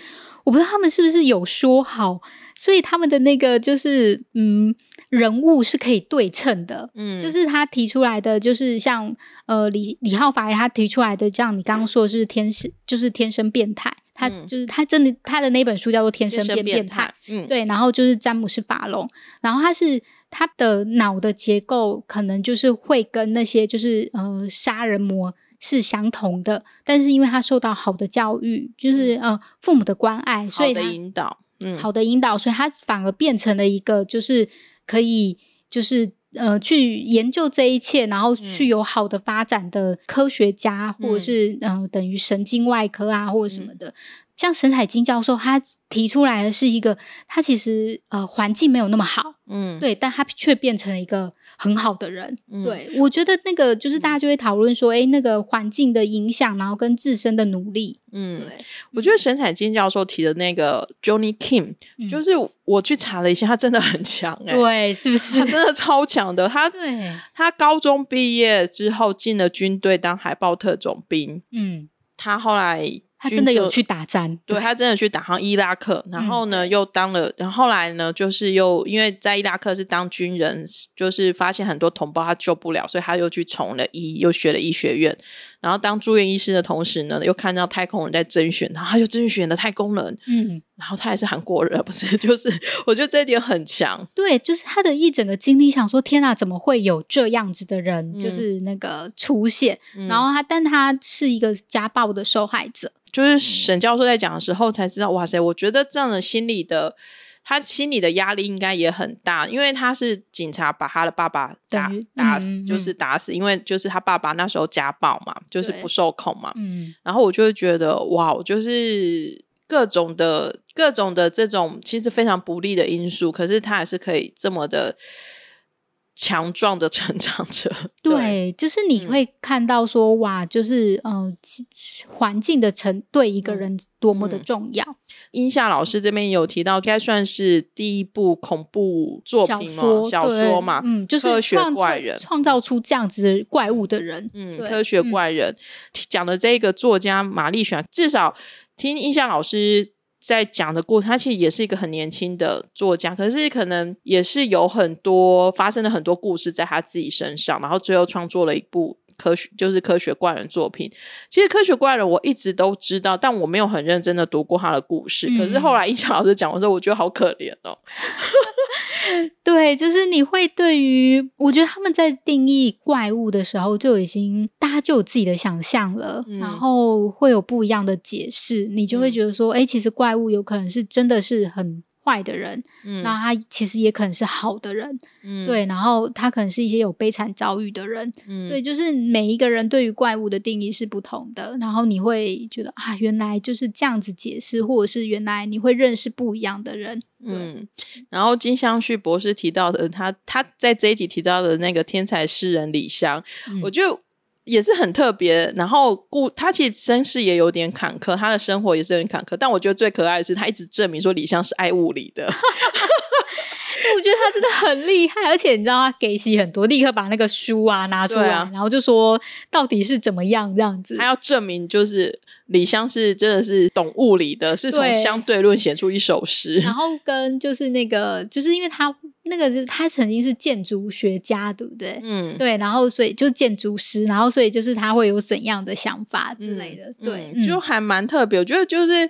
我不知道他们是不是有说好，所以他们的那个就是嗯，人物是可以对称的。
嗯，
就是他提出来的，就是像呃李李浩发他提出来的，像你刚刚说的是天生，就是天生变态。他
嗯
就是他真的他的那本书叫做《天生变变态》，，
嗯，
对，然后就是詹姆斯·法隆，然后他是他的脑的结构可能就是会跟那些就是呃杀人魔是相同的，但是因为他受到好的教育，就是呃父母的关爱，
嗯好
所以
的
他
引导，嗯，
好的引导，所以他反而变成了一个就是可以就是。呃，去研究这一切，
嗯
然后去有好的发展的科学家，或者是嗯、呃，等于神经外科啊，或者什么的，像沈海金教授，他提出来的是一个，他其实呃环境没有那么好，
嗯，
对，但他却变成了一个很好的人。
嗯
对我觉得那个就是大家就会讨论说，诶，那个环境的影响，然后跟自身的努力，
嗯
对，
我觉得沈彩金教授提的那个 Johnny Kim，、
嗯
就是我去查了一下，他真的很强哎、
对，是不
他
是？
真的超强的。他
对，
他高中毕业之后进了军队当海豹特种兵，
嗯，
他后来
他真的有
军就
去打战，嗯
对他真的去打上伊拉克，然后呢、又当了，然后后来呢就是又因为在伊拉克是当军人，就是发现很多同胞他救不了，所以他又去从了医，又学了医学院，然后当住院医师的同时呢，又看到太空人在甄选，然后他就甄选了太空人，
嗯，
然后他也是韩国人，啊不是？就是 我觉得这一点很强，
对，就是他的一整个经历，想说天哪，怎么会有这样子的人，
嗯
就是那个出现？然后他，但他是一个家暴的受害者，
就是沈教授在讲的时候才知道，哇塞，我觉得这样的心理的，他心理的压力应该也很大，因为他是警察把他的爸爸打
等于
打死，
嗯嗯
就是打死，因为就是他爸爸那时候家暴嘛，就是
对
不受控嘛，
嗯，
然后我就会觉得哇，我就是各种的各种的这种其实非常不利的因素，可是他还是可以这么的强壮的成长着，
对，就是你
嗯
会看到说，哇，就是嗯、呃其环境的成对一个
嗯
人多么的
嗯
重要。
英夏老师这边也有提到，应该算是第一部恐怖作
小
品嘛，
说
小
对
说嘛，
嗯，就是
科学
创造
怪人
创造出这样子的怪物的人，
嗯，
对
科学
嗯
怪人、讲的这个作家玛丽璇，至少听印象老师在讲的故事，他其实也是一个很年轻的作家，可是可能也是有很多发生了很多故事在他自己身上，然后最后创作了一部。科学就是科学怪人作品。其实科学怪人我一直都知道，但我没有很认真的读过他的故事。可是
嗯
后来印象老师讲的时候，我觉得好可怜哦。
对，就是你会对于，我觉得他们在定义怪物的时候就已经大家就有自己的想象了，
嗯
然后会有不一样的解释，你就会
嗯
觉得说，哎、其实怪物有可能是真的是很坏的人，
嗯，
那他其实也可能是好的人，
嗯，
对，然后他可能是一些有悲惨遭遇的人，
嗯，
对，就是每一个人对于怪物的定义是不同的，然后你会觉得啊，原来就是这样子解释，或者是原来你会认识不一样的人。
嗯，然后金相旭博士提到的，呃他他在这一集提到的那个天才诗人李湘，
嗯
我觉得也是很特别。然后故他其实身世也有点坎坷，他的生活也是很坎坷。但我觉得最可爱的是，他一直证明说李湘是爱物理 的。
我觉得他真的很厉害，而且你知道他给洗很多，立刻把那个书啊拿出
对
来，
啊
然后就说到底是怎么样这样子
他。要证明就是李湘是真的是懂物理的，是从
对
相对论写出一首诗。
然后跟就是那个，就是因为他那个就是他曾经是建筑学家，对不对？
嗯，
对，然后所以就是建筑师，然后所以就是他会有怎样的想法之类的，
嗯
对，
嗯
嗯
就还蛮特别。我觉得就是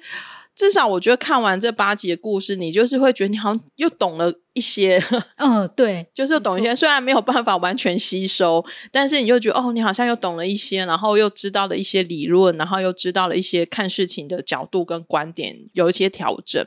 至少我觉得看完这八集的故事，你就是会觉得你好像又懂了一些，
嗯，对，
就是又懂一些。虽然没有办法完全吸收，但是你就觉得哦，你好像又懂了一些，然后又知道了一些理论，然后又知道了一些看事情的角度跟观点有一些调整。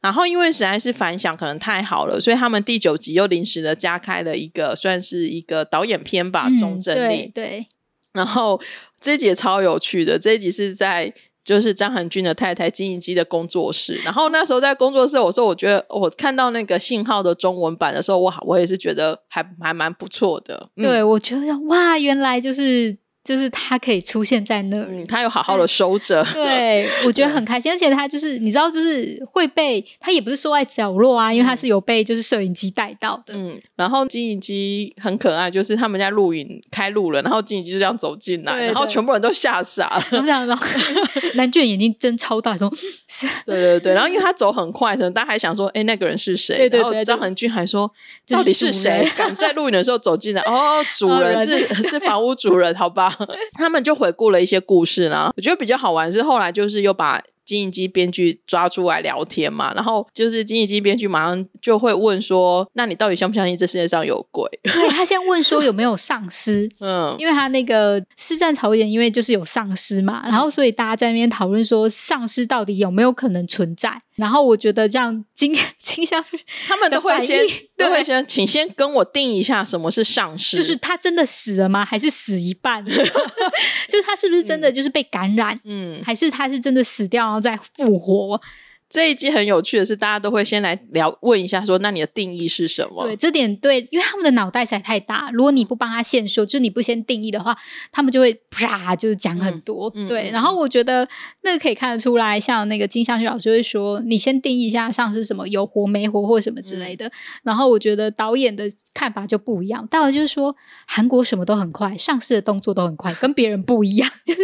然后因为实在是反响可能太好了，所以他们第九集又临时的加开了一个算是一个导演片吧，
嗯
中正力。
对对，
然后这一集也超有趣的，这一集是在就是张含君的太太金银姬的工作室。然后那时候在工作室，我说我觉得我看到那个信号的中文版的时候，我我也是觉得还还蛮不错的。嗯、
对，我觉得哇，原来就是就是他可以出现在那里。
嗯，他有好好的收着。
对，我觉得很开心，而且他就是你知道，就是会被他也不是说在角落啊，因为他是有被就是摄影机带到的，
嗯，然后金银姬很可爱，就是他们在录影开录了，然后金银姬就这样走进来，
对
然后
对
全部人都吓傻了。
然后这样，然后蓝卷眼睛睁超大，说是
对 对对，然后因为他走很快，可能大家还想说，哎，那个人是谁？
对对
然后
对
张
就
恒俊还说，
就是
到底是
主 人
谁敢在录影的时候走进来？哦，主
哦
人
人
是是房屋主人，好 吧？他们就回顾了一些故事呢。我觉得比较好玩是后来就是又把。金一基编剧抓出来聊天嘛，然后就是金一基编剧马上就会问说：“那你到底相不相信这世界上有 鬼
对他先问说有没有丧尸，？”
嗯，
因为他那个师战朝鲜，因为就是有丧尸嘛，然后所以大家在那边讨论说丧尸到底有没有可能存在，然后我觉得这样 金金相旭
他们都会
的反应
先
对
都会先，请先跟我定一下什么是上市，
就是他真的死了吗？还是死一半？ 就是他是不是真的就是被感染，
嗯，
还是他是真的死掉然后再复活？
这一季很有趣的是，大家都会先来聊问一下说，那你的定义是什么？
对，这点对，因为他们的脑袋实在太大，如果你不帮他现说，就是你不先定义的话，他们就会啪就是讲很多。
嗯嗯
对，
嗯
然后我觉得那个可以看得出来，像那个金相旭老师会说，你先定义一下上是什么，有活没活或什么之
嗯
类的。然后我觉得导演的看法就不一样，导演就是说韩国什么都很快，上市的动作都很快，跟别人不一样， 就是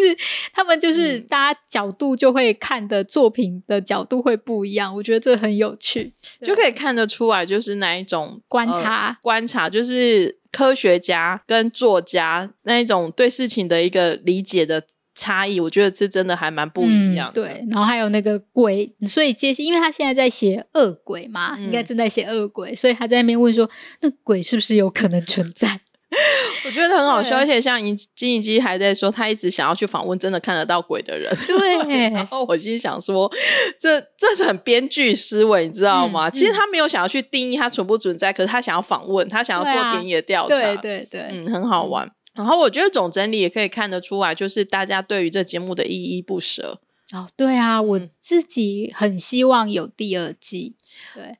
他们就是
嗯
大家角度就会看的作品的角度会不一样，我觉得这很有趣，
就可以看得出来，就是哪一种
观
呃
察。
观察，就是科学家跟作家那一种对事情的一个理解的差异，我觉得是真的还蛮不一样的。
嗯。对，然后还有那个鬼，所以接，因为他现在在写恶鬼嘛，
嗯
应该正在写恶鬼，所以他在那边问说，那鬼是不是有可能存在？
我觉得很好笑，
对
而且像银金银姬还在说，他一直想要去访问真的看得到鬼的人。
对，
然后我心想说，这这是很编剧思维，你知道吗？
嗯
其实他没有想要去定义它存不存在，可是他想要访问，他想要
对
做
啊
田野调查，
对对对，
嗯，很好玩。然后我觉得总整理也可以看得出来，就是大家对于这节目的依依不舍。
哦，对啊，我
嗯
自己很希望有第二季，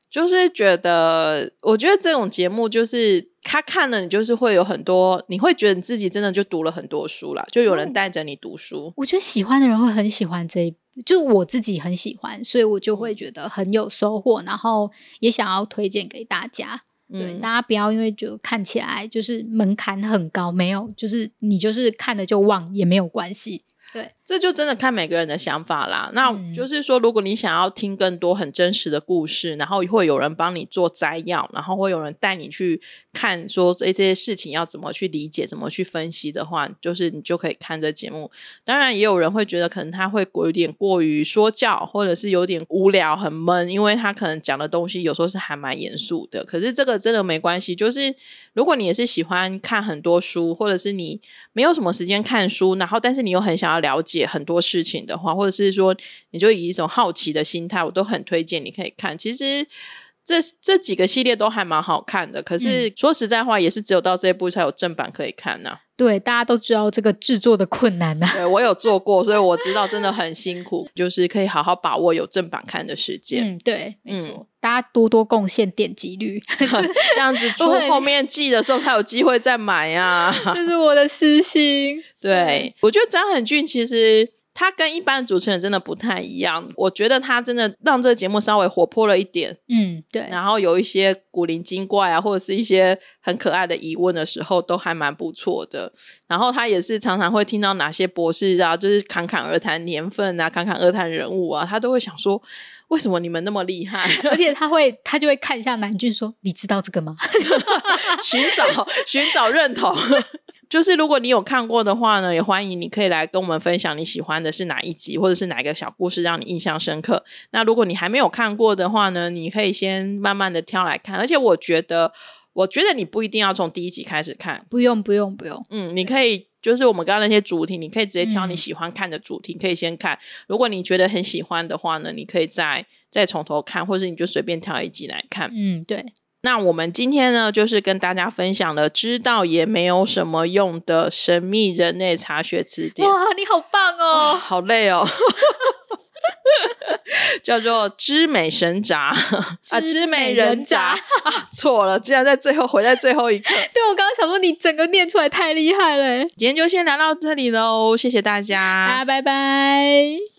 就是觉得，我觉得这种节目就是他看了你，就是会有很多，你会觉得你自己真的就读了很多书啦，就有
哦
人带着你读书。
我觉得喜欢的人会很喜欢这一。就我自己很喜欢，所以我就会觉得很有收获，然后也想要推荐给大家。对，
嗯
大家不要因为就看起来就是门槛很高，没有，就是你就是看了就忘也没有关系。
这就真的看每个人的想法啦。那
嗯
就是说，如果你想要听更多很真实的故事，然后会有人帮你做摘要，然后会有人带你去看说这这些事情要怎么去理解、怎么去分析的话，就是你就可以看这节目。当然，也有人会觉得可能他会过有点过于说教，或者是有点无聊、很闷，因为他可能讲的东西有时候是还蛮严肃的。可是这个真的没关系，就是如果你也是喜欢看很多书，或者是你没有什么时间看书，然后但是你又很想要了解很多事情的话，或者是说你就以一种好奇的心态，我都很推荐你可以看。其实。这这几个系列都还蛮好看的，可是说实在话，也是只有到这一部才有正版可以看啊呐、
对，大家都知道这个制作的困难啊呐、
对我有做过，所以我知道真的很辛苦，就是可以好好把握有正版看的时间，
嗯，对，没错，
嗯
大家多多贡献点击 率，
这样子出
嗯我很
后面季的时候才有机会再买 啊。
这是我的私心。
对，我觉得张很俊其实他跟一般的主持人真的不太一样，我觉得他真的让这个节目稍微活泼了一点，
嗯，对，
然后有一些古灵精怪啊，或者是一些很可爱的疑问的时候，都还蛮不错的。然后他也是常常会听到哪些博士啊，就是侃侃而谈年份啊，侃侃而谈人物啊，他都会想说，为什么你们那么厉害？
而且他会，他就会看一下南俊说：“你知道这个吗
寻找寻找认同。 就是如果你有看过的话呢，也欢迎你可以来跟我们分享你喜欢的是哪一集，或者是哪一个小故事让你印象深刻。那如果你还没有看过的话呢，你可以先慢慢的挑来看。而且我觉得，我觉得你不一定要从第一集开始看？”，
不用，不用，不用。
嗯，你可以就是我们刚刚那些主题，你可以直接挑
嗯
你喜欢看的主题，可以先看。如果你觉得很喜欢的话呢，你可以再再从头看，或者是你就随便挑一集来看。
嗯，对，
那我们今天呢，就是跟大家分享了知道也没有什么用的神秘人类查学词典。
哇，你好棒
哦，
哦！
好累哦， 叫做知美神札啊，
知
知
美
美
人
人札啊，错了，竟然在最后回在最后一刻。
对我刚刚想说，你整个念出来太厉害了欸。
今天就先聊到这里喽，谢谢大家，
大家拜拜。